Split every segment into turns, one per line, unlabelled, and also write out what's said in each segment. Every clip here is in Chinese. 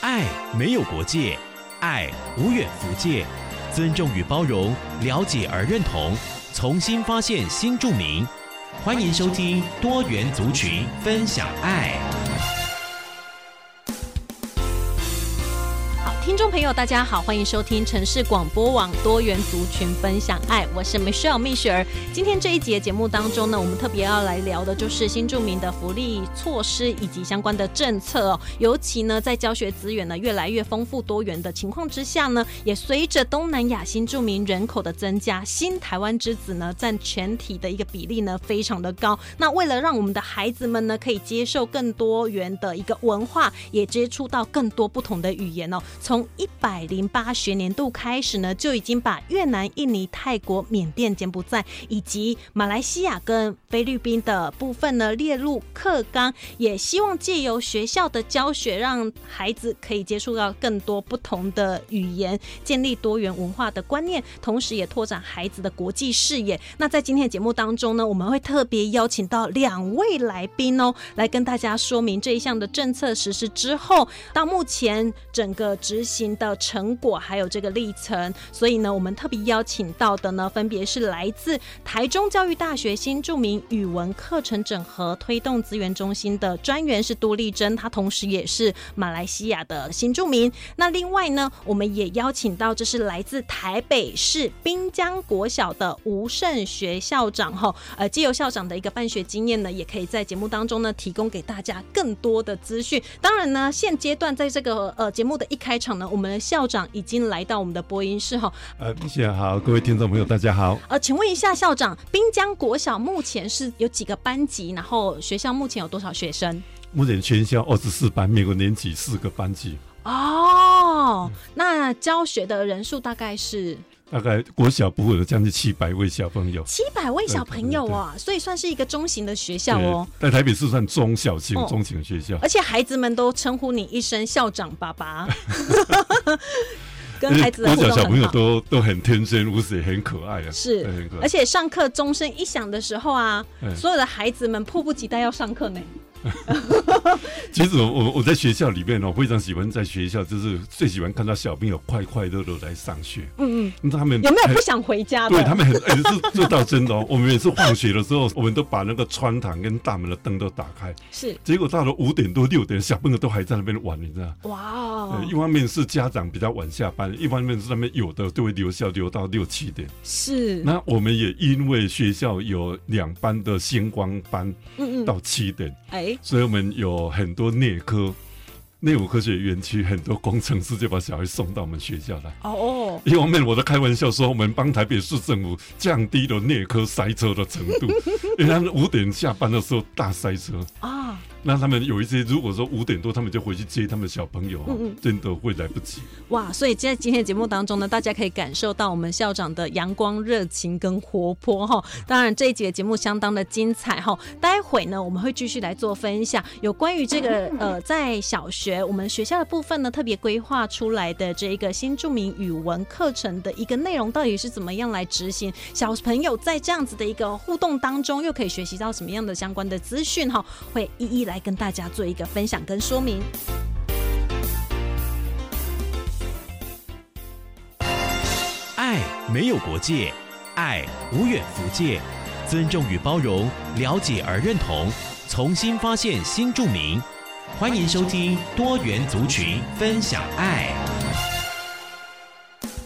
爱没有国界，爱无远弗届，尊重与包容，了解而认同，重新发现新著名。欢迎收听多元族群分享爱。
好，听众朋友，大家好，欢迎收听城市广播网多元族群分享爱，我是 Michelle 蜜雪儿。今天这一节节目当中呢，我们特别要来聊的就是新住民的福利措施以及相关的政策哦。尤其呢，在教学资源呢越来越丰富多元的情况之下呢，也随着东南亚新住民人口的增加，新台湾之子呢占全体的一个比例呢非常的高。哦那为了让我们的孩子们呢可以接受更多元的一个文化，也接触到更多不同的语言哦，从一百零八学年度开始呢，就已经把越南、印尼、泰国、缅甸、柬埔寨以及马来西亚跟菲律宾的部分呢列入课纲，也希望借由学校的教学，让孩子可以接触到更多不同的语言，建立多元文化的观念，同时也拓展孩子的国际视野。那在今天的节目当中呢，我们会特别邀请到两位来宾哦，来跟大家说明这一项的政策实施之后，到目前整个执行的成果还有这个历程。所以呢，我们特别邀请到的呢，分别是来自台中教育大学新著名语文课程整合推动资源中心的专员是杜丽珍，她同时也是马来西亚的新著名。那另外呢，我们也邀请到这是来自台北市滨江国小的吴胜学校长哈，呃，借由校长的一个办学经验呢，也可以在节目当中呢提供给大家更多的资讯。当然呢，现阶段在这个呃节目的一开场呢，我们的校长已经来到我们的播音室哈，
呃，蜜雪好，各位听众朋友，大家好。
呃，请问一下校长，滨江国小目前是有几个班级？然后学校目前有多少学生？
目前全校二十四班，每个年级四个班级，
哦，那教学的人数大概是
大概国小部会有将近七百位小朋友。
七百位小朋友啊，所以算是一个中型的学校哦。
对，在台北市算中小型、
哦
中型学校，
而且孩子们都称呼你一声校长爸 爸，跟
而且
孩子的
国
互动
小小朋
很
友
好。
都都很天真无邪，很可爱啊，
是
对很可爱
而。且上课钟声一响的时候啊，
嗯
所有的孩子们迫不及待要上课呢。
其实我我我在学校里面哦，非常喜欢在学校，就是最喜欢看到小朋友快快乐乐来上学。
嗯嗯，
那他们
有没有
很
不想回家的？
对他们很，哎、这这倒真的哦。我们每次放学的时候，我们都把那个窗台跟大门的灯都打开，
是
结果到了五点多六点，小朋友都还在那边玩，你知道？
哇哦
呃，一方面是家长比较晚下班，一方面是他们有的都会留校留到六七点。
是，
那我们也因为学校有两班的星光班
嗯嗯，
到七点，
哎，
所以我们有很多内科、内务科学园区很多工程师就把小孩送到我们学校来。
哦哦，
一方面，我都开玩笑说，我们帮台北市政府降低了内科塞车的程 度，因为他们五点下班的时候大塞车。
啊，
那他们有一些，如果说五点多他们就回去接他们小朋友、哦，
嗯嗯
真的会来不及。
哇！所以在今天的节目当中呢，大家可以感受到我们校长的阳光、热情跟活泼哈。当然，这一节节目相当的精彩哈。待会呢，我们会继续来做分享，有关于这个呃，在小学我们学校的部分呢，特别规划出来的这一个新著名语文课程的一个内容，到底是怎么样来执行？小朋友在这样子的一个互动当中，又可以学习到什么样的相关的资讯哈？会一一来跟大家做一个分享跟说明。
爱没有国界，爱无远弗届，尊重与包容，了解而认同，重新发现新著名。欢迎收听多元族群分享爱。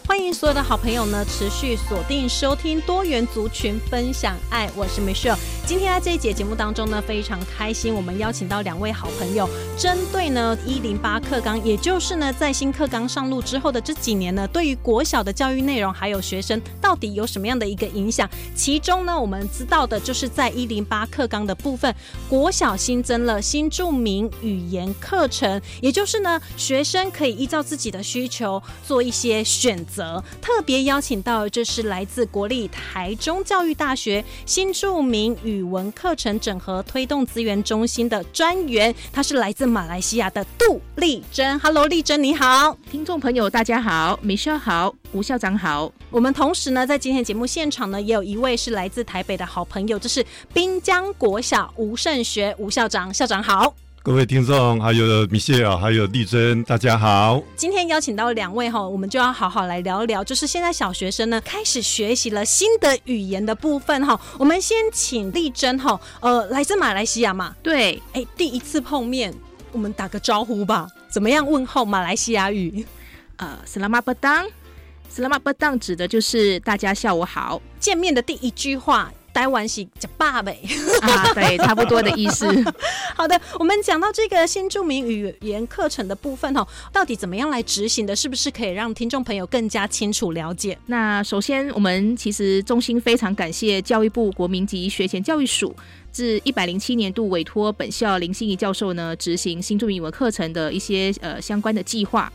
欢迎所有的好朋友呢，持续锁定收听多元族群分享爱，我是 Michelle。今天在这一节节目当中呢，非常开心，我们邀请到两位好朋友，针对呢一零八课纲，也就是呢在新课纲上路之后的这几年呢，对于国小的教育内容还有学生到底有什么样的一个影响？其中呢，我们知道的就是在一零八课纲的部分，国小新增了新著名语言课程，也就是呢，学生可以依照自己的需求做一些选择。特别邀请到这是来自国立台中教育大学新著名语文课程整合推动资源中心的专员，他是来自马来西亚的杜丽珍。Hello，丽珍你好。
听众朋友，大家好，Michelle 好，吴校长好，
我们同时呢，在今天节目现场呢，也有一位是来自台北的好朋友，这是滨江国小吴胜学吴校长，校长好。
各位听众，还有米歇尔，还有丽珍，大家好。
今天邀请到两位哈，我们就要好好来聊一聊，就是现在小学生呢开始学习了新的语言的部分哈。我们先请丽珍哈，呃，来自马来西亚嘛，
对，
哎，第一次碰面，我们打个招呼吧，怎么样问候马来西亚语？
呃，selamat petang，selamat petang 指的就是大家下午好
见面的第一句话，待完洗假爸呗。
啊，对，差不多的意思。
好的，我们讲到这个新著名语言课程的部分哦，到底怎么样来执行的？是不是可以让听众朋友更加清楚了解？
那首先，我们其实衷心非常感谢教育部国民级学前教育署。自一百零七年度委托本校林心怡教授呢执行新著名语文课程的一些呃相关的计划。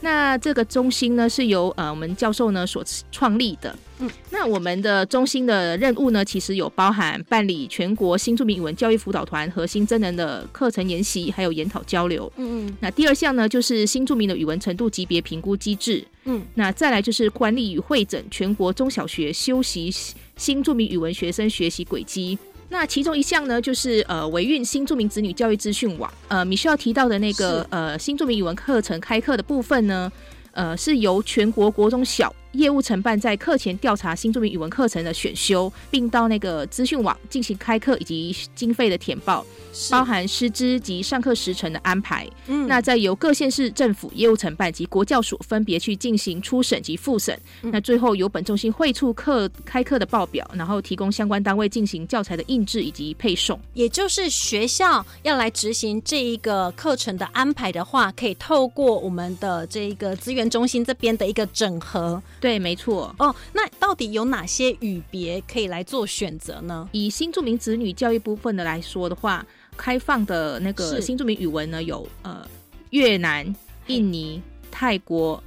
那这个中心呢是由呃我们教授呢所创立的。
嗯，
那我们的中心的任务呢，其实有包含办理全国新著名语文教育辅导团核心真人的课程研习，还有研讨交流。
嗯
那第二项呢，就是新著名的语文程度级别评估机制。
嗯，
那再来就是管理与会诊全国中小学修习新著名语文学生学习轨迹。那其中一项呢，就是呃维运新著名子女教育资讯网。呃，米需要提到的那个
是
呃新著名语文课程开课的部分呢，呃是由全国国中小业务承办在课前调查新著名语文课程的选修，并到那个资讯网进行开课以及经费的填报，
是
包含师资及上课时程的安排。
嗯
那再由各县市政府业务承办及国教署分别去进行初审及复审，
嗯
那最后由本中心会处课开课的报表，然后提供相关单位进行教材的印制以及配送。
也就是学校要来执行这一个课程的安排的话，可以透过我们的这一个资源中心这边的一个整合
对，没错。
哦。那到底有哪些语别可以来做选择呢？
以新著名子女教育部分的来说的话，开放的那个
是
新著名语文呢，有呃越南、印尼、泰国、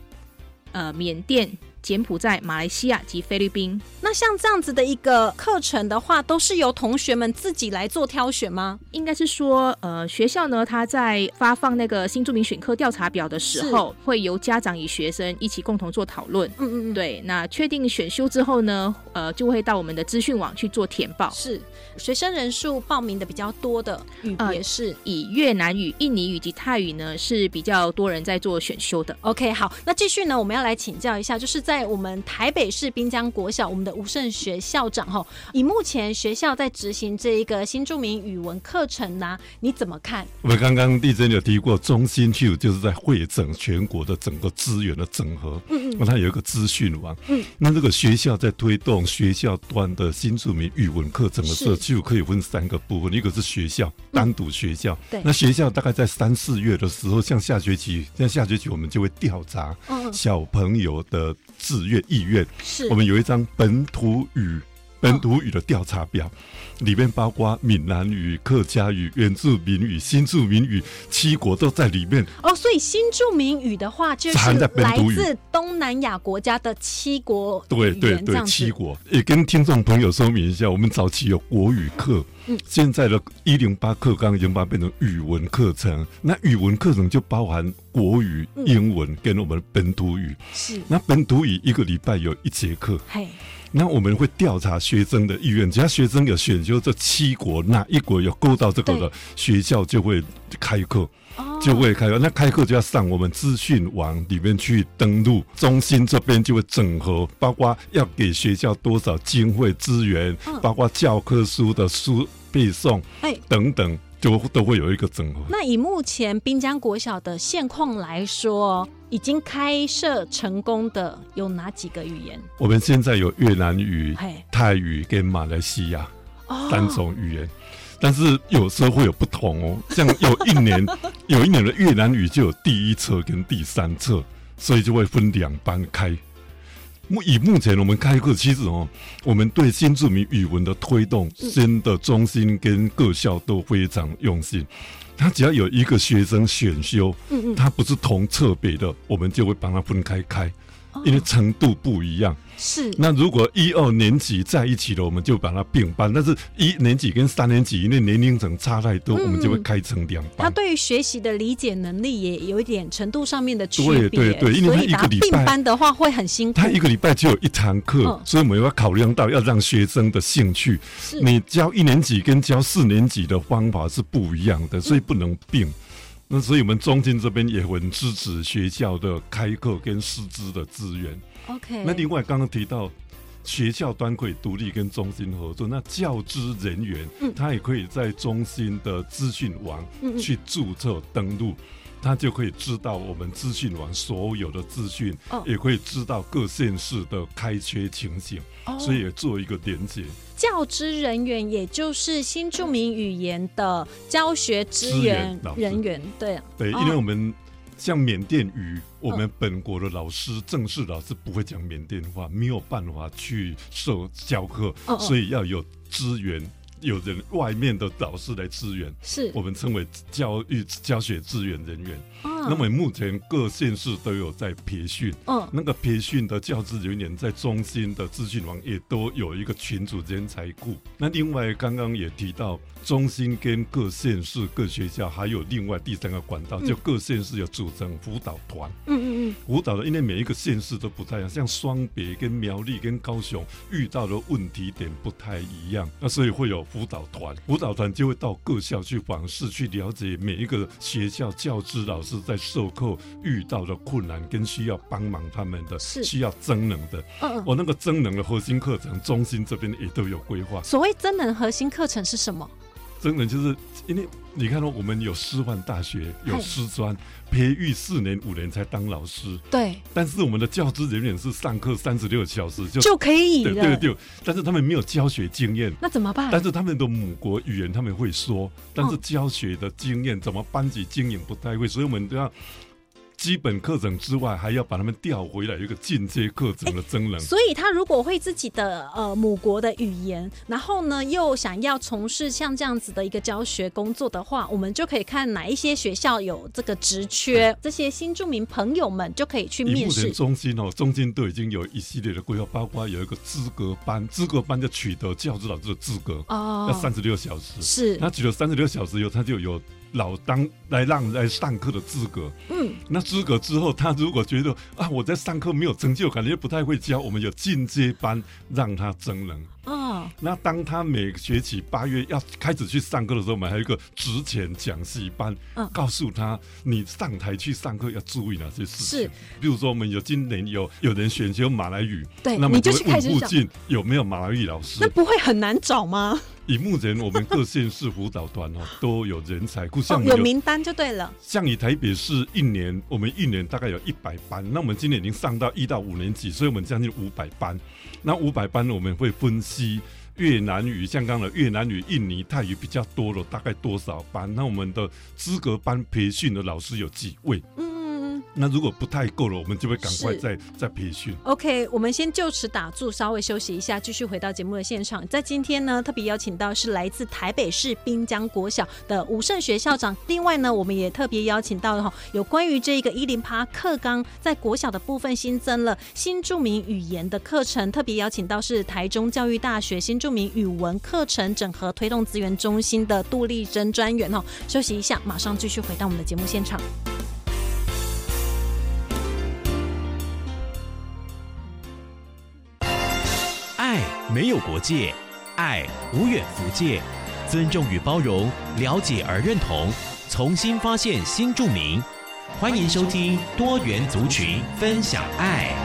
呃缅甸、柬埔寨、马来西亚及菲律宾。
那像这样子的一个课程的话，都是由同学们自己来做挑选吗？
应该是说，呃，学校呢，它在发放那个新著名选课调查表的时候，会由家长与学生一起共同做讨论。
嗯嗯嗯，
对，那确定选修之后呢，呃，就会到我们的资讯网去做填报。
是学生人数报名的比较多的语别
呃
是。
以越南语、印尼语及泰语呢，是比较多人在做选修的。
OK，好，那继续呢，我们要来请教一下，就是在我们台北市滨江国小，我们的吴胜学校长哈，以目前学校在执行这一个新著名语文课程呢、你怎么看？
我们刚刚丽珍有提过，中心区就是在会整全国的整个资源的整合，
嗯嗯
那它有一个资讯网，
嗯，
那这个学校在推动学校端的新著名语文课程的时候，
是
就可以分三个部分，一个是学校单独学校，
对
那学校大概在三四月的时候，像下学期，像下学期我们就会调查
嗯，嗯
小朋友的志愿意愿，
是
我们有一张本土语
哦
本土语的调查表，里面包括闽南语、客家语、原住民语、新住民语，七国都在里面。
哦，所以新著名语的话，就是
含在本
来
土语
自东南亚国家的七国
对
语
对
言这
对，
样
七
子。
国也跟听众朋友说明一下，我们早期有国语课，
嗯
现在的一零八课纲已经把它变成语文课程。那语文课程就包含国语、
嗯
英文跟我们本土语。
是，
那本土语一个礼拜有一节课，
嘿，
那我们会调查学生的意愿，只要学生有选修这七国哪一国有够到这个
对
的，学校就会开课，
哦，
就会开课。那开课就要上我们资讯网里面去登录，中心这边就会整合，包括要给学校多少经费资源
嗯，
包括教科书的书背诵
哎。
等等，就都会有一个整合。
那以目前滨江国小的现况来说，已经开设成功的有哪几个语言？
我们现在有越南语、
嘿，
泰语跟马来西亚。
哦
三种语言，但是有时候会有不 同哦。像有一年，有一年的越南语就有第一册跟第三册，所以就会分两班开。目以目前我们开课，其实哦，我们对新著名语文的推动，
嗯
新的中心跟各校都非常用心。他只要有一个学生选修，
嗯嗯
他不是同侧别的，我们就会帮他分开开。
哦
因为程度不一样。
是
那如果一二年级在一起了，我们就把它并班；但是一年级跟三年级因为年龄层差太多，我们就会开成两
嗯他
班。
对于学习的理解能力也有一点程度上面的区别，
对对对因为
所
他
以
一
打
个礼
并
拜
班的话会很辛苦
他。一个礼拜只有一堂课，
嗯
所以我们要考量到要让学生的兴趣。
是
你教一年级跟教四年级的方法是不一
嗯
样的，所以不能并。那所以我们中间这边也很支持学校的开课跟师资的资源。
OK，
那另外刚刚提到。学校端可以独立跟中心合作，那教资人员、
嗯
他也可以在中心的资讯网
嗯嗯
去注册登录，他就可以知道我们资讯网所有的资讯，
哦
也可以知道各县市的开缺情形，
哦
所以也做一个连接。
教职人员，也就是新著名语言的教学支援
资源老师
人员，对啊，
对，
哦
因为我们像缅甸语，我们本国的老师、正式老师不会讲缅甸话，没有办法去授教课，
哦哦
所以要有资源，有人外面的老师来支援。
是
我们称为教育教学支援人员。
嗯
那么目前各县市都有在培训，
嗯
那个培训的教职人员在中心的资讯网也都有一个群组人才库。那另外刚刚也提到，中心跟各县市、各学校还有另外第三个管道，
嗯
就各县市有组成辅导团。
嗯嗯
辅导的，因为每一个县市都不太一样，像双北跟苗栗跟高雄遇到的问题点不太一样，那所以会有辅导团，辅导团就会到各校去访视，去了解每一个学校教职老师在授课遇到的困难跟需要帮忙他们的，
是
需要增能的。哦
嗯嗯嗯。
我、那个增能的核心课程，中心这边也都有规划。
所谓真能核心课程是什么？
真的就是因为你看到哦我们有师范大学，有
嗨
师专，培育四年五年才当老师，
对，
但是我们的教职人员是上课三十六小时就
就可以
对
了。嗯
对对，但是他们没有教学经验，
那怎么办？
但是他们的母国语言他们会说，
嗯
但是教学的经验怎么班级经营不太会，所以我们都要。基本课程之外，还要把他们调回来，有一个进阶课程的增能。
所以他如果会自己的呃母国的语言，然后呢又想要从事像这样子的一个教学工作的话，我们就可以看哪一些学校有这个职缺，这些新住民朋友们就可以去
以
面
目前
试。
中心哦，中心都已经有一系列的规划，包括有一个资格班，资格班就取得教职老师的资格，
哦
要三十六小时。
是
他取得三十六小时以后，他就有老当来让来上课的资格。
嗯
那资格之后，他如果觉得啊，我在上课没有成就感，又不太会教，我们有进阶班让他增能。
哦
那当他每学期八月要开始去上课的时候，我们还有一个职前讲习班，
嗯
告诉他你上台去上课要注意哪些事
是
情。比如说，我们有今年有有人选修马来语，
对
那么
你就
会
去开
问
始
附
讲
近有没有马来语老师
那。不会很难找吗？
以目前我们各县市辅导团哦都有人才库，像
哦
我，们
有名单就对了。
像以台北市一年，我们一年大概有一百班，那我们今年已经上到一到五年级，所以我们将近五百班。那五百班我们会分析越南语，像刚才越南语、印尼泰语比较多了，大概多少班？那我们的资格班培训的老师有几位？
嗯嗯嗯
那如果不太够了，我们就会赶快
是
再再培训。
，OK，我们先就此打住，稍微休息一下，继续回到节目的现场。在今天呢，特别邀请到是来自台北市滨江国小的吴胜学校长。另外呢，我们也特别邀请到了哈有关于这个一零八课纲在国小的部分新增了新著名语言的课程，特别邀请到是台中教育大学新著名语文课程整合推动资源中心的杜丽珍专员哦。休息一下，马上继续回到我们的节目现场。
爱没有国界，爱无远弗届，尊重与包容，了解而认同，重新发现新著名。欢迎收听多元族群分享爱。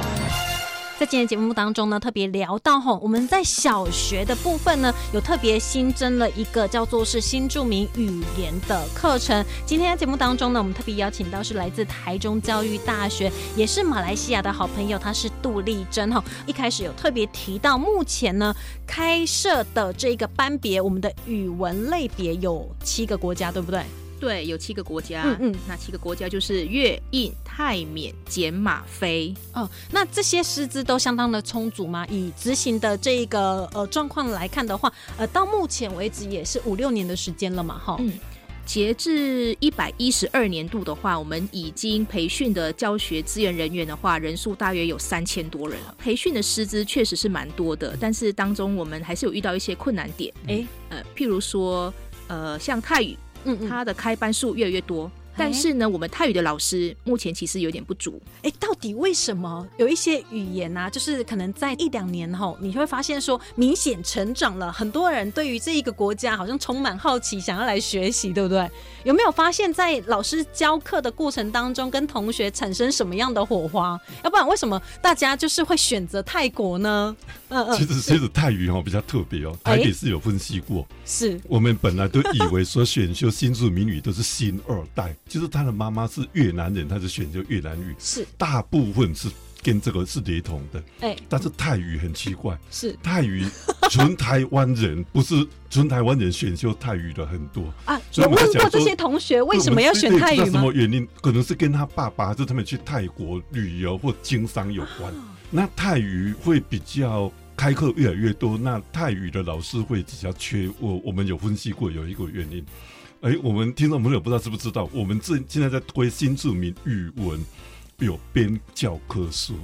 在今天节目当中呢，特别聊到吼，我们在小学的部分呢，有特别新增了一个叫做是新著名语言的课程。今天在节目当中呢，我们特别邀请到是来自台中教育大学，也是马来西亚的好朋友，她是杜丽珍哈。一开始有特别提到，目前呢开设的这个班别，我们的语文类别有七个国家，对不对？
对，有七个国家，
嗯嗯
那七个国家就是越、印、泰、缅、柬、马、非。
哦，那这些师资都相当的充足吗？以执行的这一个呃状况来看的话，呃，到目前为止也是五六年的时间了嘛，哈、
嗯截至一百一十二年度的话，我们已经培训的教学资源人员的话，人数大约有三千多人了。培训的师资确实是蛮多的，但是当中我们还是有遇到一些困难点，
哎，
呃，譬如说，呃，像泰语，
嗯嗯，
它的开班数越来越多，但是呢，我们泰语的老师目前其实有点不足。
哎，到底为什么有一些语言啊，就是可能在一两年后，你会发现说明显成长了，很多人对于这一个国家好像充满好奇，想要来学习，对不对？有没有发现，在老师教课的过程当中，跟同学产生什么样的火花？要不然为什么大家就是会选择泰国呢？嗯
其
嗯，
实其实泰语哈比较特别哦，
哎
台北是有分析过，
是
我们本来都以为说选秀新住民语都是新二代，就是他的妈妈是越南人，他就选修越南语，
是，
大部分是跟这个是雷同的。
哎
但是泰语很奇怪，
是
泰语纯台湾人不是纯台湾人选修泰语的很多，
啊，
所以
有
我们
问
在
过
讲
这
说
些同学为什么要选泰语
我们不知道
吗？
什么原因？可能是跟他爸爸，还是他们去泰国旅游或经商有关。
啊
那泰语会比较开课越来越多，那泰语的老师会比较缺。我我们有分析过，有一个原因。哎，我们听众朋友不知道知不知道，我们这现在在推新著名语文有编教科书。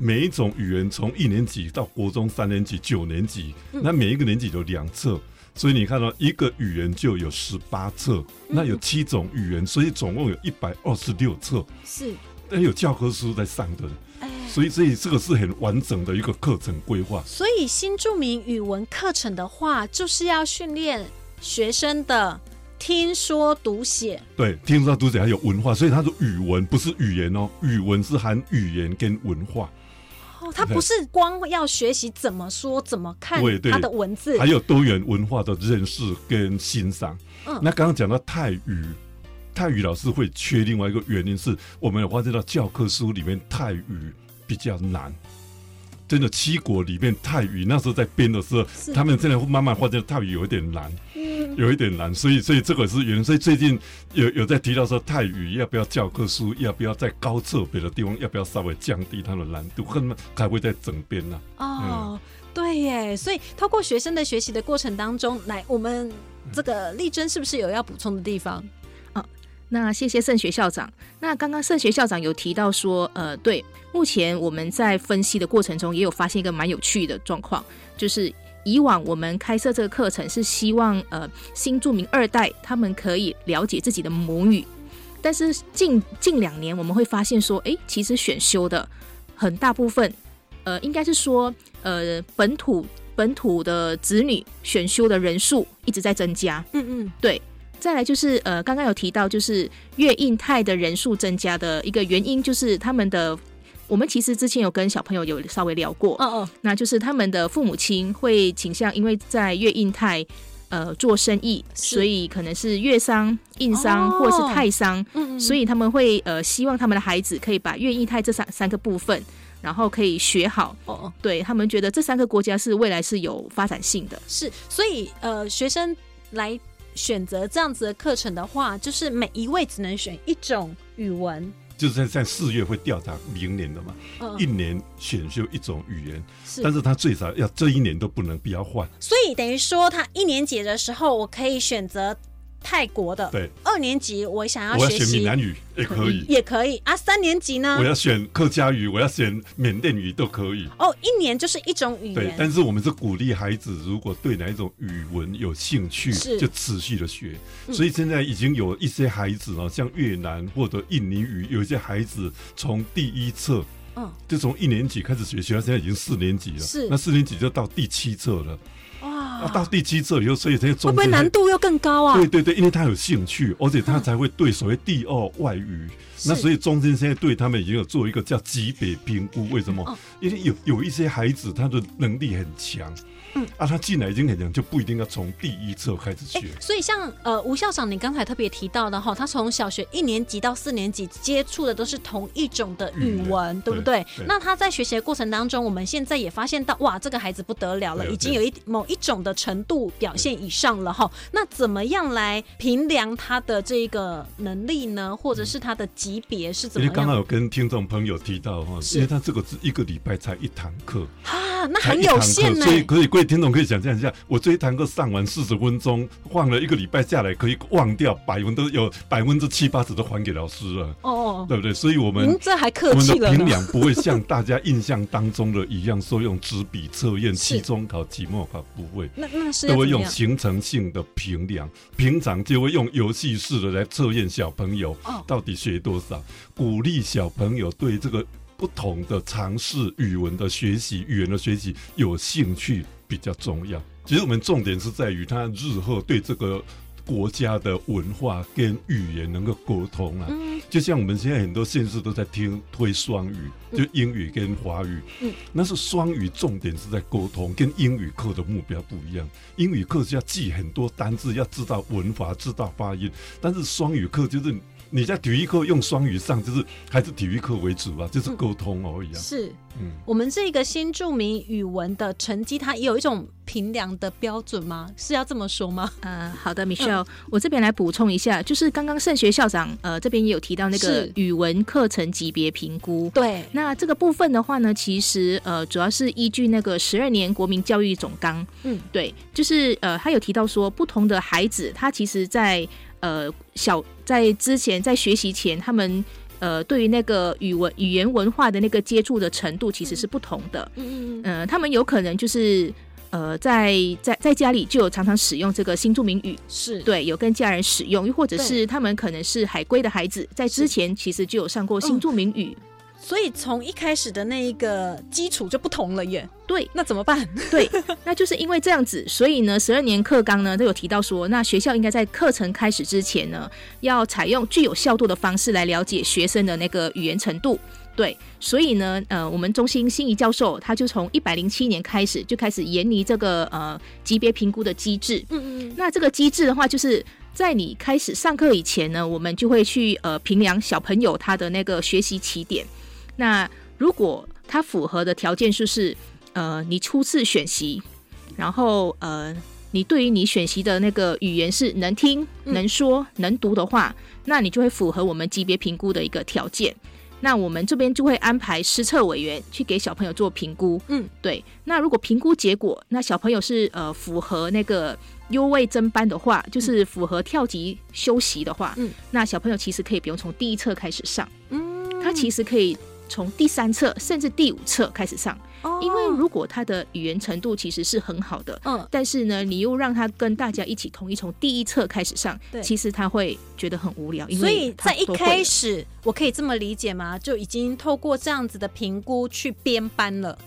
每一种语言从一年级到国中三年级、九年级，
嗯
那每一个年级有两册，所以你看到一个语言就有十八册，那有七种语言，所以总共有一百二十六册，
是，
但有教科书在上的，
哎。
所以所以这个是很完整的一个课程规划。
所以新著名语文课程的话，就是要训练学生的听说读写。
对，听说读者还有文化，所以他说语文不是语言哦，语文是含语言跟文化，
哦，他不是光要学习怎么说、怎么看
对对
他的文字
还，有多元文化的认识跟欣赏。
嗯
那刚刚讲到泰语，泰语老师会缺另外一个原因是，我们有发现到教科书里面泰语比较难。真的，七国里面泰语那时候在编的时候
是，
他们真的会慢慢发现泰语有一点难，
嗯，
有一点难，所以所以这个是原因。所以最近有有在提到说泰语要不要教科书，要不要在高测别的地方，要不要稍微降低它的难度，可能还会在整编呢、嗯
哦，对耶。所以透过学生的学习的过程当中，来，我们这个丽珍是不是有要补充的地方？
那谢谢盛学校长。那刚刚盛学校长有提到说，呃，对，目前我们在分析的过程中也有发现一个蛮有趣的状况，就是以往我们开设这个课程是希望呃新住民二代他们可以了解自己的母语，但是近近两年我们会发现说，诶，其实选修的很大部分，呃，应该是说呃本土本土的子女选修的人数一直在增加，
嗯嗯，
再来就是呃，刚刚有提到，就是越印泰的人数增加的一个原因，就是他们的我们其实之前有跟小朋友有稍微聊过，
哦哦，
那就是他们的父母亲会倾向，因为在越印泰呃做生意，
是
所以可能是越商、印商、
哦
或者是泰商，
嗯嗯，
所
以
以他们会呃希望他们的孩子可以把越印泰这三三个部分，然后可以学好，
哦哦。
对他们觉得这三个国家是未来是有发展性的。
是，所以呃，学生来选择这样子的课程的话，就是每一位只能选一种语文。
就是在在四月会调查明年的嘛，
嗯、
一年选修一种语言，
是
但是他最少要这一年都不能不要换。
所以等于说，他一年级的时候，我可以选择泰国的；
对，
二年级我想
我要
学
选闽
习
南语也可以，
也可以啊，三年级呢
我，要选客家语，我要选缅甸语都可以。
哦，一年就是一种语
对
言，。
但是我们是鼓励孩子，如果对哪一种语文有兴趣，
是
就持续的学。
嗯
所以现在已经有一些孩子啊，像越南或者印尼语，有一些孩子从第一册
嗯，
就从一年级开始学，学到现在已经四年级了。
是
那四年级就到第七册了。啊，
哇，
到第七册以后，所以这些
会
中
不会
间
难度又更高啊
对？对对，因为他有兴趣，而且他才会对所谓第二外语。那
嗯是
所以中间现在对他们已经有做一个叫级别评估，为什么？
哦
因为有有一些孩子他的能力很强，
嗯
啊，他进来已经很强，就不一定要从第一册开始
哎
学。
所以像呃吴校长，你刚才特别提到的哈，他从小学一年级到四年级接触的都是同一种的语
语
文，
言
对不对？
对对
那他在学习的过程当中，我们现在也发现到，哇，这个孩子不得了了，
对
已经有一某一种的程度表现以上了哈。那怎么样来评量他的这个能力呢？或者是他的级别是怎
因
么样？
为刚刚有跟听众朋友提到哈，
是
因为他这个是一个礼拜才一堂课，
啊，啊，那
才
很
一堂
有
课
限呢
所。以可以各位听众可以想象一下，我这一堂课上完四十分钟，放了一个礼拜下来，可以忘掉百分之有百分之七八十都还给老师了，
哦，
对不对？所以我们、
您这还客
我们
气
的
了
评
呢。
量不会像大家印象当中的一样，说用纸笔测验、
是
期中考、期末考，不会。
那那是要
都
怎
会
么
用
样？
形成性的评量，平常就会用游戏式的来测验小朋友
哦
到底学多少，鼓励小朋友对这个不同的尝试语文的学习、语言的学习有兴趣比较重要。其实我们重点是在于他日后对这个国家的文化跟语言能够沟通啊。
嗯，
就像我们现在很多县市都在听推双语，就英语跟华语，
嗯
那是双语，重点是在沟通，跟英语课的目标不一样。英语课是要记很多单字，要知道文法，知道发音，但是双语课就是你在体育课用双语上，就是还是体育课为主啊，就是沟通而已啊。
是
嗯，
我们这个新著名语文的成绩，它也有一种评量的标准吗？是要这么说吗？
呃，好的，Michelle，、我
嗯
这边来补充一下，就是刚刚盛学校长呃这边也有提到那个
是
语文课程级别评 估。
对，
那这个部分的话呢，其实呃主要是依据那个十二年国民教育总纲，
嗯，
对，就是呃他有提到说，不同的孩子他其实在呃小在之前在学习前，他们呃对于那个语文语言文化的那个接触的程度其实是不同的。
嗯嗯嗯，
呃，他们有可能就是呃，在在在家里就有常常使用这个新著名语，
是，
对，有跟家人使用，又或者
对
是他们可能是海归的孩子，在之
是
前其实就有上过新
嗯
著名语。
所以从一开始的那一个基础就不同了耶。
对
那怎么办？
对，那就是因为这样子，所以呢，十二年课纲呢都有提到说，那学校应该在课程开始之前呢，要采用具有效度的方式来了解学生的那个语言程度。对，所以呢，呃，我们中心心仪教授他就从一百零七年开始就开始研拟这个呃级别评估的机制。
嗯嗯，
那这个机制的话，就是在你开始上课以前呢，我们就会去呃评量小朋友他的那个学习起点。那如果他符合的条件就是呃你初次选习，然后呃你对于你选习的那个语言是能听、
嗯
能说、能读的话，那你就会符合我们级别评估的一个条件。那我们这边就会安排师测委员去给小朋友做评估。
嗯，
对。那如果评估结果，那小朋友是呃符合那个优位增班的话，就是符合跳级休息的话，
嗯，
那小朋友其实可以不用从第一册开始上，
嗯
他其实可以从第三册甚至第五册开始上，
哦
因为如果他的语言程度其实是很好的。
嗯
但是呢，你又让他跟大家一起统一从第一册开始上
对，
其实他会觉得很无聊，因为
所以
他
在一
都会
开
了
始，我可以这么理解吗？就已经透过这样子的评估去编班了。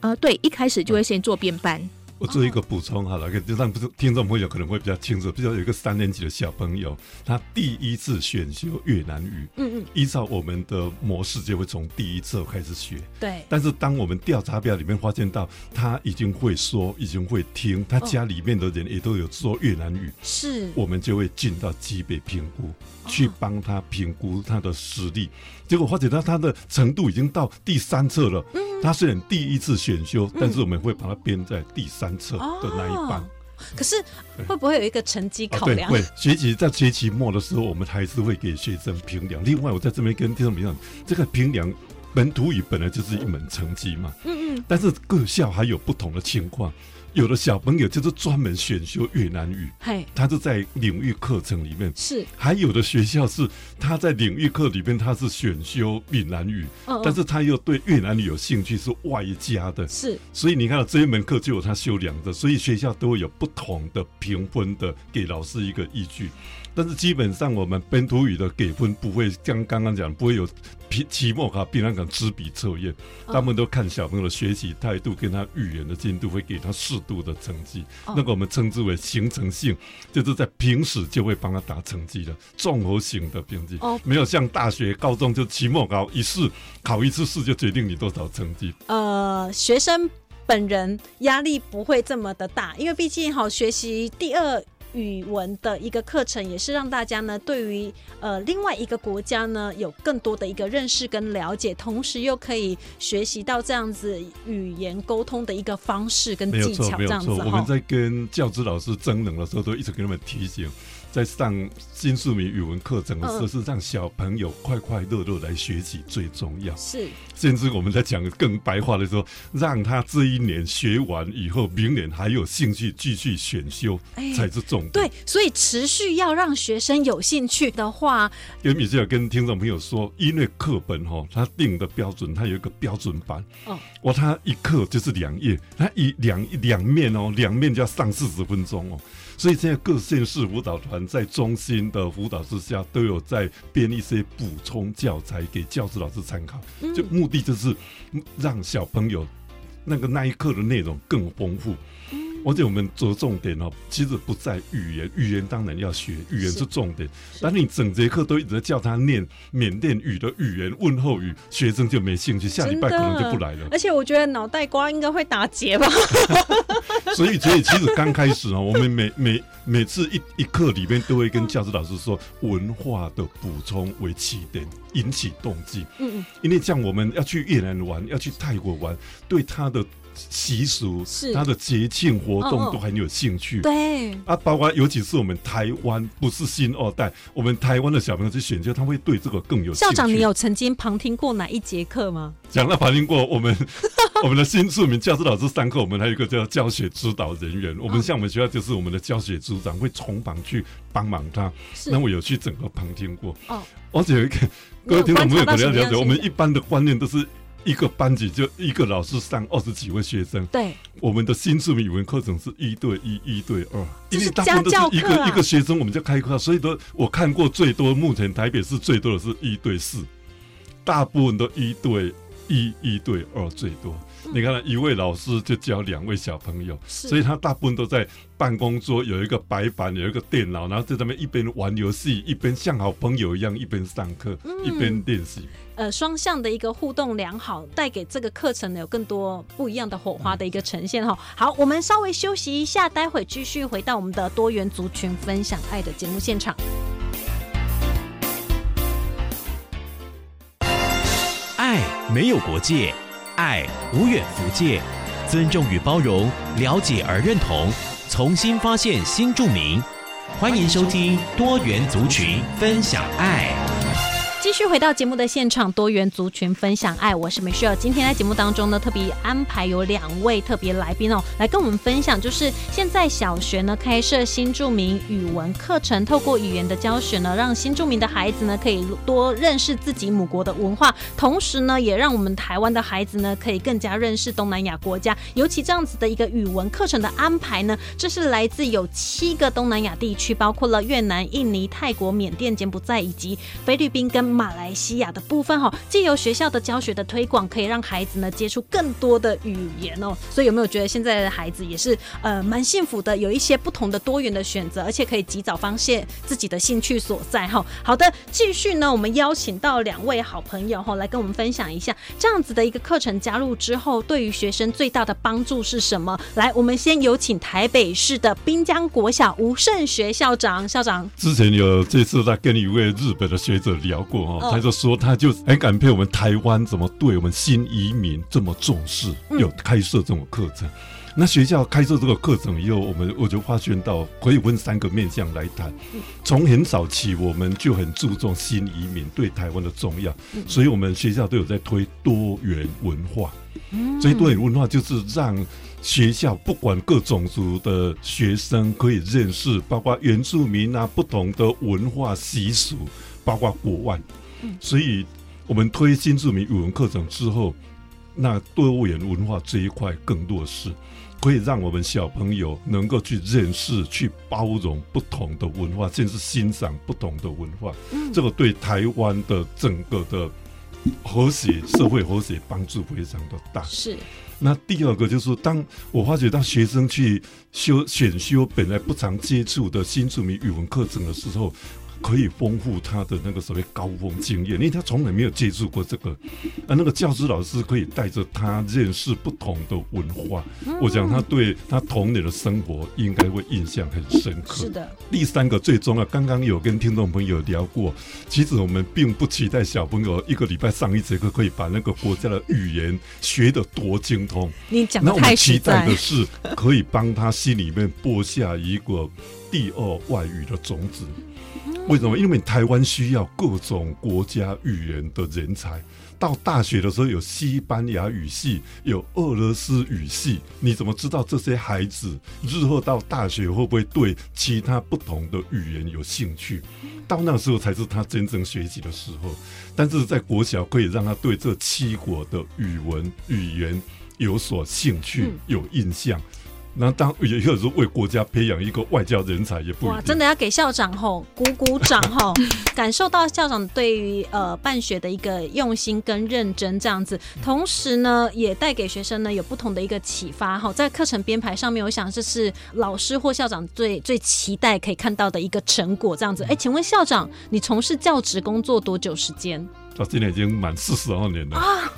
呃，对，一开始就会先做编班，
我做一个补充好了，就让听众朋友可能会比较清楚。比较有一个三年级的小朋友，他第一次选修越南语，
嗯嗯，
依照我们的模式，就会从第一册开始学。
对，
但是当我们调查表里面发现到，他已经会说，已经会听，他家里面的人也都有说越南语，
是
我们就会进到级别评估，
哦
去帮他评估他的实力。结果发觉到他的程度已经到第三册了。
嗯
他虽然第一次选修，但是我们会把它编在第三册的那一班。哦
哦可是会不会有一个成绩考
对，
量？
会学期在学期末的时候，我们还是会给学生评量。另外，我在这边跟听众朋友讲，这个评量本土语本来就是一门成绩嘛，
嗯嗯，
但是各校还有不同的情况，有的小朋友就是专门选修越南语，
嘿，
他是在领域课程里面。
是，
还有的学校是他在领域课里面他是选修闽南语，
嗯嗯，
但是他又对越南语有兴趣，是外加的，
是
所以你看到这一门课就有它修两的，所以学校都会有不同的评分的，给老师一个依据。但是基本上我们本土语的给分不会像刚刚讲，不会有期期末考、平常讲纸笔测验，
嗯
他们都看小朋友的学习态度跟他语言的进度，会给他适度的成绩。
哦
那个我们称之为形成性，就是在平时就会帮他打成绩的综合型的评级，
哦
没有像大学、高中就期末考一试考一次试就决定你多少成绩，
呃，学生本人压力不会这么的大，因为毕竟哈、学习第二。语文的一个课程，也是让大家呢对于呃另外一个国家呢有更多的一个认识跟了解，同时又可以学习到这样子语言沟通的一个方式跟
没有
技
错，
巧，这
没有
样子
错。我
哈
们。在跟教职老师争论的时候，都一直跟他们提醒，在上新宿米语文课程的时候，
嗯
是让小朋友快快乐乐来学习最重要。
是
甚至我们在讲更白话的时候，让他这一年学完以后，明年还有兴趣继续选修
哎
才是重点。
对，所以持续要让学生有兴趣的话，
因为米歇尔跟听众朋友说，因为课本哈、哦，它定的标准，它有一个标准版。
哦，
哇，它一课就是两页，它一两两面哦，两面就要上四十分钟哦。所以现在各县市辅导团在中心的辅导之下，都有在编一些补充教材给教师老师参考，
嗯
就目的就是让小朋友那个那一课的内容更丰富。而且我们着重点哦，其实不在语言，语言当然要学，语言
是
是重点。但你整节课都一直在叫他念缅甸语的语言问候语，学生就没兴趣，下礼拜可能就不来了。
而且我觉得脑袋瓜应该会打结 吧。
所以，所以其实刚开始啊，我们每每每次一一课里面都会跟教师老师说，文化的补充为起点，引起动机。
嗯，
因为像我们要去越南玩，要去泰国玩，对他的习俗
是、
他的节庆活
嗯嗯
动都很有兴趣。
对，
啊，包括尤其是我们台湾不是新二代，我们台湾的小朋友去选修，他会对这个更有兴
校
趣。
长，你有曾经旁听过哪一节课吗？
讲到法令过，我们 我们的新住民教师老师上课，我们还有一个叫教学指导人员。我们像我们学校就是我们的教学组长会从旁去帮忙他。
是
那我有去整个旁听过。
哦，
而且有一个
你
各
有
位听众朋友
观察到
可能
什
要
么样
了解，我们
现
一般的观念都是一个班级就一个老师上二十几位学生。
对，
我们的新住民语文课程是一对一、一对二，
这
因
是
为大部分都是一
家教课
个
啊
一个学生我们就开课，所以都我看过最多，目前台北市最多的是一对四，大部分都一对一、一对二最多。
嗯
你看，一位老师就教两位小朋友，
是
所以他大部分都在办公桌有一个白板，有一个电脑，然后在那边一边玩游戏，一边像好朋友一样，一边上课，一边练习。
呃双向的一个互动良好，带给这个课程呢有更多不一样的火花的一个呈现哈。好，我们稍微休息一下，待会继续回到我们的多元族群分享爱的节目现场。
爱没有国界，爱无远弗届，尊重与包容，了解而认同，重新发现新著名。欢迎收听多元族群分享爱。
继续回到节目的现场，多元族群分享爱，我是美秀。啊今天在节目当中呢，特别安排有两位特别来宾哦，来跟我们分享，就是现在小学呢开设新著名语文课程，透过语言的教学呢，让新著名的孩子呢可以多认识自己母国的文化，同时呢，也让我们台湾的孩子呢可以更加认识东南亚国家。尤其这样子的一个语文课程的安排呢，这是来自有七个东南亚地区，包括了越南、印尼、泰国、缅甸、柬埔寨以及菲律宾跟马来西亚的部分哈、哦，借由学校的教学的推广，可以让孩子呢接触更多的语言哦。所以有没有觉得现在的孩子也是呃蛮幸福的，有一些不同的多元的选择，而且可以及早发现自己的兴趣所在哈、好的，继续呢，我们邀请到两位好朋友哈、来跟我们分享一下这样子的一个课程加入之后，对于学生最大的帮助是什么？来，我们先有请台北市的滨江国小吴胜学校长，校长
之前有这次在跟一位日本的学者聊过哦，
嗯
他就说他就很感佩我们台湾怎么对我们新移民这么重视，有开设这种课程。那学校开设这个课程以后，我们我就发现到可以分三个面向来谈。从很早起，我们就很注重新移民对台湾的重要，所以我们学校都有在推多元文化。所以多元文化就是让学校不管各种族的学生可以认识，包括原住民啊，不同的文化习俗，包括国外。所以我们推新住民语文课程之后，那多元文化这一块更弱势，可以让我们小朋友能够去认识、去包容不同的文化，甚至欣赏不同的文化。这个对台湾的整个的和谐、社会和谐帮助非常的大。
是
那第二个就是，当我发觉到学生去修选修本来不常接触的新著名语文课程的时候，可以丰富他的那个所谓高峰经验，因为他从来没有接触过这个。啊，那个教师老师可以带着他认识不同的文化，我想他对他童年的生活应该会印象很深刻。
是的，
第三个最重要，刚刚有跟听众朋友聊过，其实我们并不期待小朋友一个礼拜上一节课可以把那个国家的语言学得多精通，
你讲
那
的
我
太
们
实
期
在
待的是可以帮他心里面播下一个第二外语的种子。
嗯
为什么？因为台湾需要各种国家语言的人才。到大学的时候有西班牙语系，有俄罗斯语系，你怎么知道这些孩子日后到大学会不会对其他不同的语言有兴趣？到那时候才是他真正学习的时候。但是在国小可以让他对这七国的语文语言有所兴
嗯
趣、有印象。那当也有时候为国家培养一个外交人才也不一
哇，
定
真的要给校长吼鼓鼓掌 吼，感受到校长对于呃办学的一个用心跟认真这样子，同时呢也带给学生呢有不同的一个启发哈，在课程编排上面，我想这是老师或校长最最期待可以看到的一个成果这样
嗯
子。哎、请问校长，你从事教职工作多久时间？
他今年已经满四十二年了。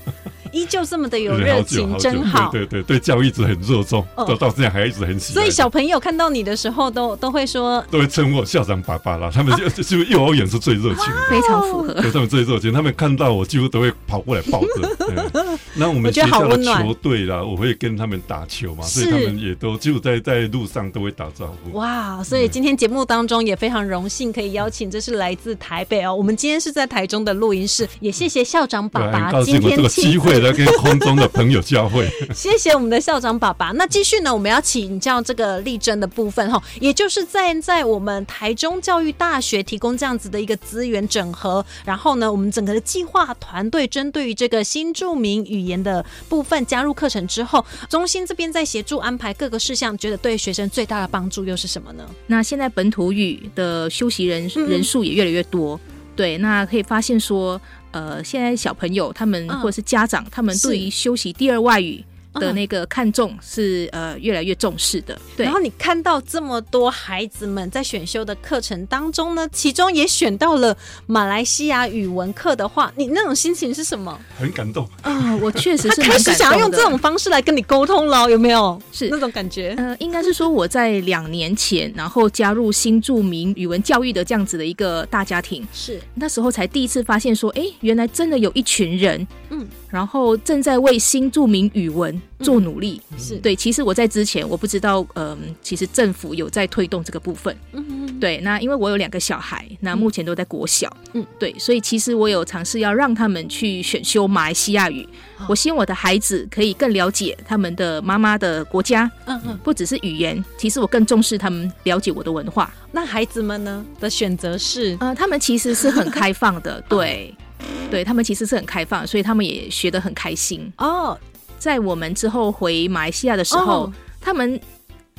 依旧这么的啊有
对
热
好久
情，
好久
真好。
对对对对，教育一直很热衷，
嗯
到到现在还一直很喜爱。
所以小朋友看到你的时候都，都会说
都会称我校长爸爸啦，他 们就就是幼儿园是最热情的。
非常符
哦
合。
对，他们最热情，他们看到我几乎都会跑过来抱 着。嗯那我
我
们
觉
学
得好
校的
温暖
球队啦，我会跟他们打球嘛，所
是
以他们也都就在在路上都会打招呼。
嗯哇，
嗯
所以今天节目当中也非常荣幸可以邀请，这是来自台北哦。我们今天是在台中的录音室，也谢谢校长
对啊
爸
很
爸
高兴
今
有这
天
个
亲
机
自，
会来跟空中的朋友交汇。
谢谢我们的校长爸爸。那继续呢，我们要请教这个力争的部分哈、哦，也就是在在我们台中教育大学提供这样子的一个资源整合，然后呢，我们整个的计划团队针对于这个新著名语言的部分加入课程之后，中心这边在协助安排各个事项，觉得对学生最大的帮助又是什么呢？
那现在本土语的修习人
嗯
人数也越来越多，对，那可以发现说，呃，现在小朋友他们
嗯
或者是家长，他们
是
对于修习第二外语的
嗯
那个看重是呃越来越重视的，对
然。后你看到这么多孩子们在选修的课程当中呢，其中也选到了马来西亚语文课的话，你那种心情是什么？
很感动，
啊、我确实
他
是
开
蛮
始
感
想要
动
用
的
这种方式来跟你沟通了，有没有？
是
那种感觉。
呃，应该是说我在两年前，然后加入新著名语文教育的这样子的一个大家庭，
是
那时候才第一次发现说，哎，原来真的有一群人，
嗯
嗯，然后正在为新著名语文做努力。
是，
对，其实我在之前我不知道，嗯、其实政府有在推动这个部分。
嗯，
对，那因为我有两个小孩，那目前都在国小，
嗯
嗯，对，所以其实我有尝试要让他们去选修马来西亚语。我希望我的孩子可以更了解他们的妈妈的国家，
嗯嗯。
不只是语言，其实我更重视他们了解我的文化。
那孩子们呢的选择是
呃，他们其实是很开放的， 对，对他们其实是很开放，所以他们也学得很开心。
哦，
在我们之后回马来西亚的时候，
哦
他们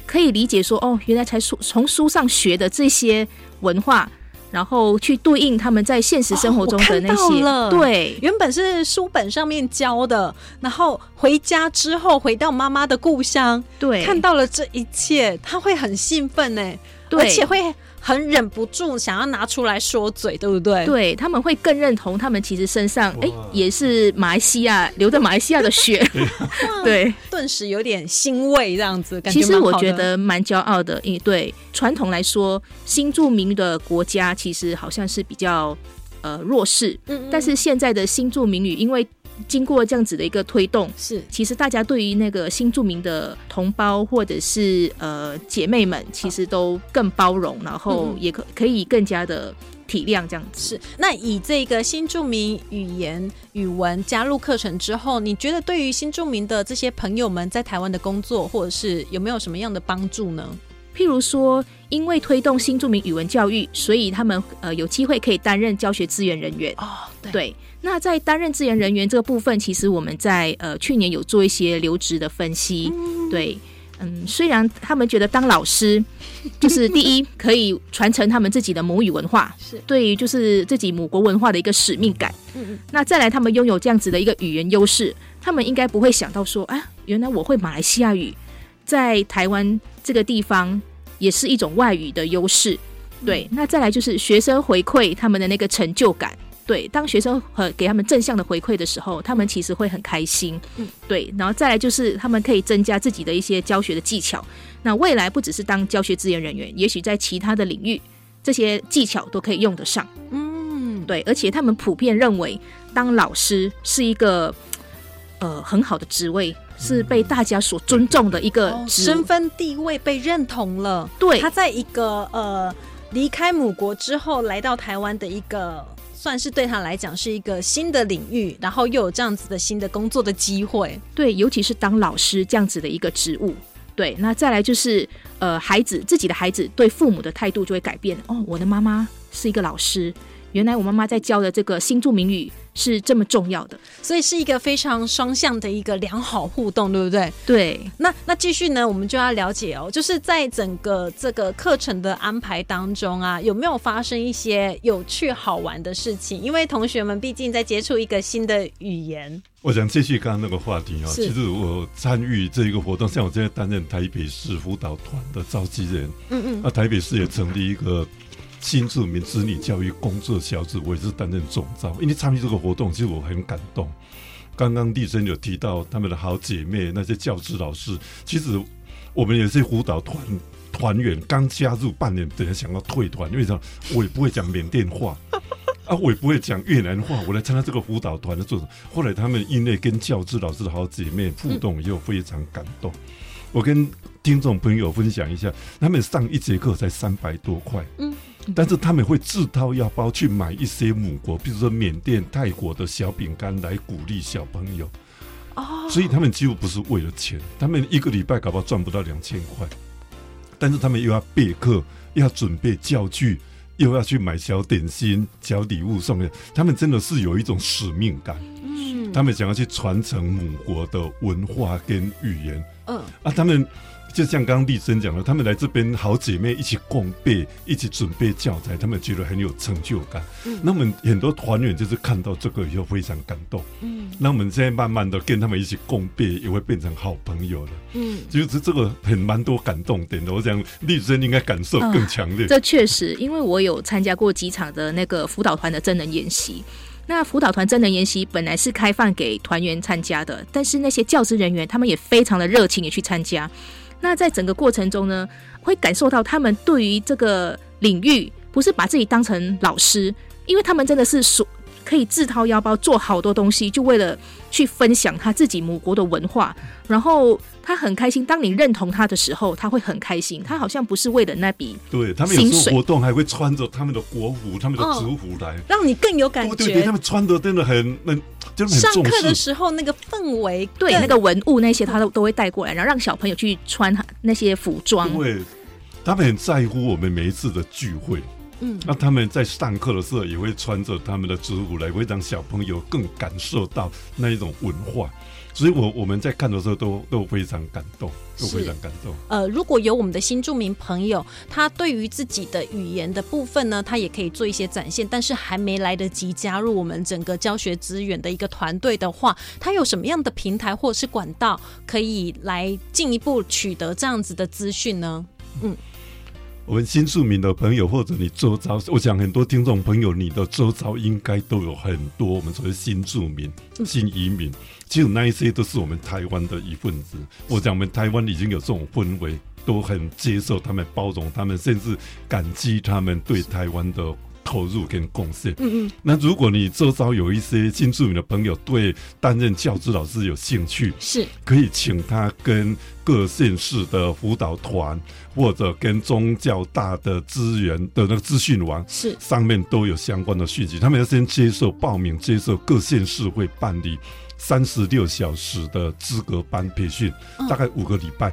可以理解说，哦，原来才书从书上学的这些文化，然后去对应他们在现实生活中的那
哦我看
些，
到了
对，
原本是书本上面教的，然后回家之后回到妈妈的故乡，
对，
看到了这一切，他会很兴奋呢，
对
而且会很忍不住想要拿出来说嘴，对不对？，
对他们会更认同，他们其实身上哎、
哇
也是马来西亚流着马来西亚的血，对。
顿时有点欣慰，这样子感觉
其实
蛮
我
好的
觉得蛮骄傲的，因为对传统来说，新著名的国家其实好像是比较呃弱势，
嗯嗯
但是现在的新著名语，因为经过这样子的一个推动，
是
其实大家对于那个新著名的同胞或者是呃姐妹们，其实都更包容，然后
嗯
也可可以更加的体谅这样子。
是。那以这个新著名语言语文加入课程之后，你觉得对于新著名的这些朋友们在台湾的工作，或者是有没有什么样的帮助呢？
譬如说，因为推动新著名语文教育，所以他们呃有机会可以担任教学资源人员。
哦，对
对，那在担任资源人员这个部分，其实我们在呃去年有做一些留职的分析。对，嗯，虽然他们觉得当老师就是第一可以传承他们自己的母语文化，
是
对于就是自己母国文化的一个使命感。
嗯嗯
那再来，他们拥有这样子的一个语言优势，他们应该不会想到说啊，原来我会马来西亚语，在台湾这个地方也是一种外语的优势。对，那再来就是学生回馈他们的那个成就感。对，当学生和给他们正向的回馈的时候，他们其实会很开心。
嗯，
对，然后再来就是他们可以增加自己的一些教学的技巧。那未来不只是当教学资源人员，也许在其他的领域，这些技巧都可以用得上。
嗯，
对，而且他们普遍认为当老师是一个呃很好的职位，是被大家所尊重的一个
嗯哦
职
身
务。
份地位被认同了。
对
他在一个呃离开母国之后来到台湾的一个，算是对他来讲是一个新的领域，然后又有这样子的新的工作的机会。
对，尤其是当老师这样子的一个职务。对，那再来就是呃，孩子自己的孩子对父母的态度就会改变。哦，我的妈妈是一个老师，原来我妈妈在教的这个新著名语是这么重要的。
所以是一个非常双向的一个良好互动，对不对？
对，
那那继续呢，我们就要了解哦，就是在整个这个课程的安排当中啊，有没有发生一些有趣好玩的事情？因为同学们毕竟在接触一个新的语言，
我想继续刚刚那个话题啊，
是
其实我参与这一个活动，像我现在担任台北市辅导团的召集人，
嗯嗯，
那啊台北市也成立一个新住民子女教育工作小组，我也是担任总召。因为参与这个活动，其实我很感动。刚刚丽珍有提到他们的好姐妹那些教职老师，其实我们也是辅导团团员，刚加入半年，等下想要退团，因为什么？我也不会讲缅甸话。啊，我也不会讲越南话，我来参加这个辅导团的做什么？后来他们因为跟教职老师的好姐妹互动，又非常感动。我跟听众朋友分享一下，他们上一节课才三百多块，
嗯，
但是他们会自掏腰包去买一些母国，比如说缅甸、泰国的小饼干来鼓励小朋友。哦，所以他们几乎不是为了钱，他们一个礼拜搞不好赚不到两千块，但是他们又要备课，又要准备教具，又要去买小点心、小礼物送给他们，真的是有一种使命感。
嗯
他们想要去传承母国的文化跟语言。
嗯，
啊，他们就像刚刚丽珍讲的，他们来这边好姐妹一起共备，一起准备教材，他们觉得很有成就感。
嗯
那我们很多团员就是看到这个以后非常感动。
嗯
那我们现在慢慢的跟他们一起共备，也会变成好朋友了。
嗯，
就是这个很蛮多感动点的，我想丽珍应该感受
嗯
更强烈。
这确实，因为我有参加过几场的那个辅导团的真人演习。那辅导团真人研习本来是开放给团员参加的，但是那些教职人员他们也非常的热情，也去参加。那在整个过程中呢，会感受到他们对于这个领域不是把自己当成老师，因为他们真的是所可以自掏腰包做好多东西，就为了去分享他自己母国的文化。然后他很开心，当你认同他的时候，他会很开心。他好像不是为了那笔
对他们有时
薪
候
水
活动还会穿着他们的国服、他们的族服来。
让你更有哦感
哦对对对，他
觉。
们穿的真的很很，就是
上
很重
课的
视。
时候那个氛围更，
对那个文物那些，他都都会带过来，然后让小朋友去穿他那些服装。
对，他们很在乎我们每一次的聚会。
嗯
那他们在上课的时候也会穿着他们的制服来，会让小朋友更感受到那一种文化。所以我我们在看的时候都都非常感动，都
是
非常感动。
呃，如果有我们的新住民朋友，他对于自己的语言的部分呢，他也可以做一些展现，但是还没来得及加入我们整个教学资源的一个团队的话，他有什么样的平台或者是管道可以来进一步取得这样子的资讯呢？
我们新住民的朋友，或者你周遭，我想很多听众朋友，你的周遭应该都有很多我们所谓新住民、新移民，其实那一些都是我们台湾的一份子。我讲我们台湾已经有这种氛围，都很接受他们、包容他们，甚至感激他们对台湾的投入跟贡献。
嗯嗯，
那如果你周遭有一些新住民的朋友对担任教职老师有兴趣，
是
可以请他跟各县市的辅导团，或者跟宗教大的资源的那个资讯网
是，
上面都有相关的讯息。他们要先接受报名，接受各县市会办理三十六小时的资格班培训，
嗯
大概五个礼拜。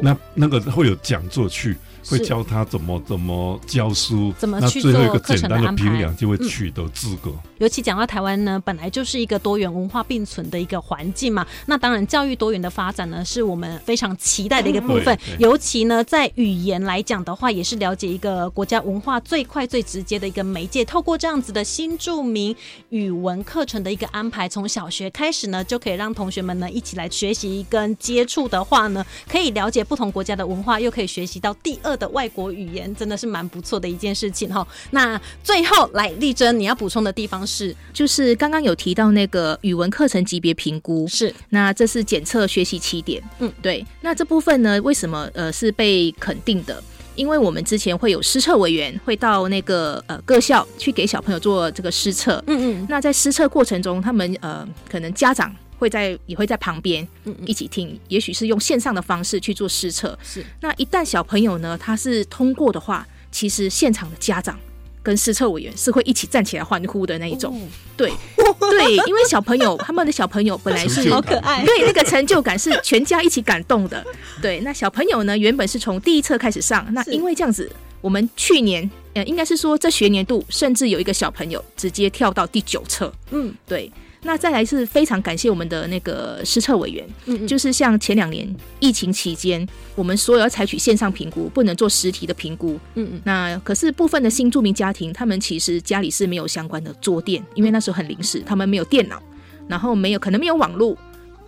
那那个会有讲座去，
是
会教他怎么怎么教书，
怎么
那
去
最后一个
做课
简
程的
单的
安排
评量就会
嗯
取得资格。
尤其讲到台湾呢，本来就是一个多元文化并存的一个环境嘛。那当然，教育多元的发展呢，是我们非常期待的一个部分
嗯对对。
尤其呢，在语言来讲的话，也是了解一个国家文化最快、最直接的一个媒介。透过这样子的新著名语文课程的一个安排，从小学开始呢，就可以让同学们呢一起来学习跟接触的话呢，可以了解不同国家的文化，又可以学习到第二的外国语言，真的是蛮不错的一件事情哈。那最后来，丽珍，你要补充的地方是？
就是刚刚有提到那个语文课程级别评估，
是
那这是检测学习起点。
嗯，
对。那这部分呢，为什么呃是被肯定的？因为我们之前会有师测委员会到那个呃各校去给小朋友做这个师测，
嗯嗯，
那在施测过程中，他们呃，可能家长会在也会在旁边
嗯嗯
一起听，也许是用线上的方式去做施测。
是
那一旦小朋友呢他是通过的话，其实现场的家长跟施测委员是会一起站起来欢呼的那一种。
哦
对 对，因为小朋友他们的小朋友本来是
成 就
哦好可爱，
对，那个成就感是全家一起感动的。对，那小朋友呢，原本是从第一册开始上，那
是
因为这样子，我们去年呃，应该是说这学年度，甚至有一个小朋友直接跳到第九册。
嗯
对，那再来是非常感谢我们的那个施策委员，
嗯嗯，
就是像前两年疫情期间，我们所有要采取线上评估，不能做实体的评估。
嗯嗯
那可是部分的新住民家庭，他们其实家里是没有相关的桌垫，因为那时候很临时，他们没有电脑，然后没有可能没有网络，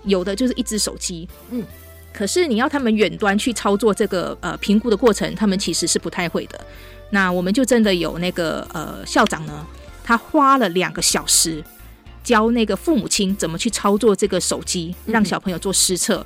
有的就是一只手机。
嗯，
可是你要他们远端去操作这个呃评估的过程，他们其实是不太会的。那我们就真的有那个呃校长呢，他花了两个小时教那个父母亲怎么去操作这个手机，
嗯
让小朋友做实测，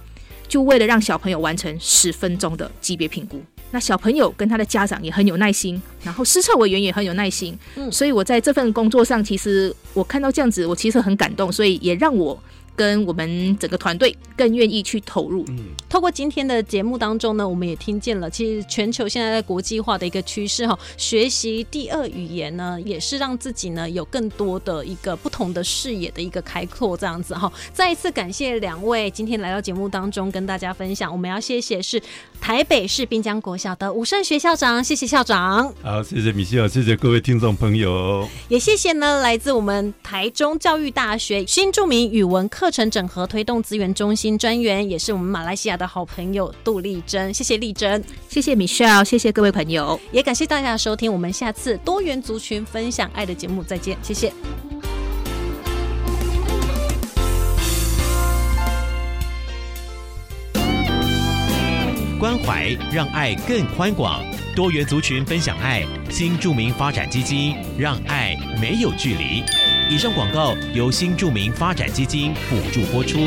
就为了让小朋友完成十分钟的级别评估。那小朋友跟他的家长也很有耐心，然后施策委员也很有耐心，
嗯
所以我在这份工作上，其实我看到这样子，我其实很感动，所以也让我跟我们整个团队更愿意去投入。
透过今天的节目当中呢，我们也听见了，其实全球现在在国际化的一个趋势哈，学习第二语言呢，也是让自己呢有更多的一个不同的视野的一个开拓，这样子哈。再一次感谢两位今天来到节目当中跟大家分享，我们要谢谢是台北市滨江国小的吴胜学校长，谢谢校长。
好，谢谢米歇尔，谢谢各位听众朋友。
也谢谢呢，来自我们台中教育大学新著名语文课程整合推动资源中心专员，也是我们马来西亚的好朋友杜丽珍，谢谢丽珍，
谢谢 Michelle，谢谢各位朋友。
也感谢大家的收听，我们下次多元族群分享爱的节目再见，谢谢。
关怀让爱更宽广，多元族群分享爱，新著名发展基金让爱没有距离。以上广告由新著名发展基金补助播出。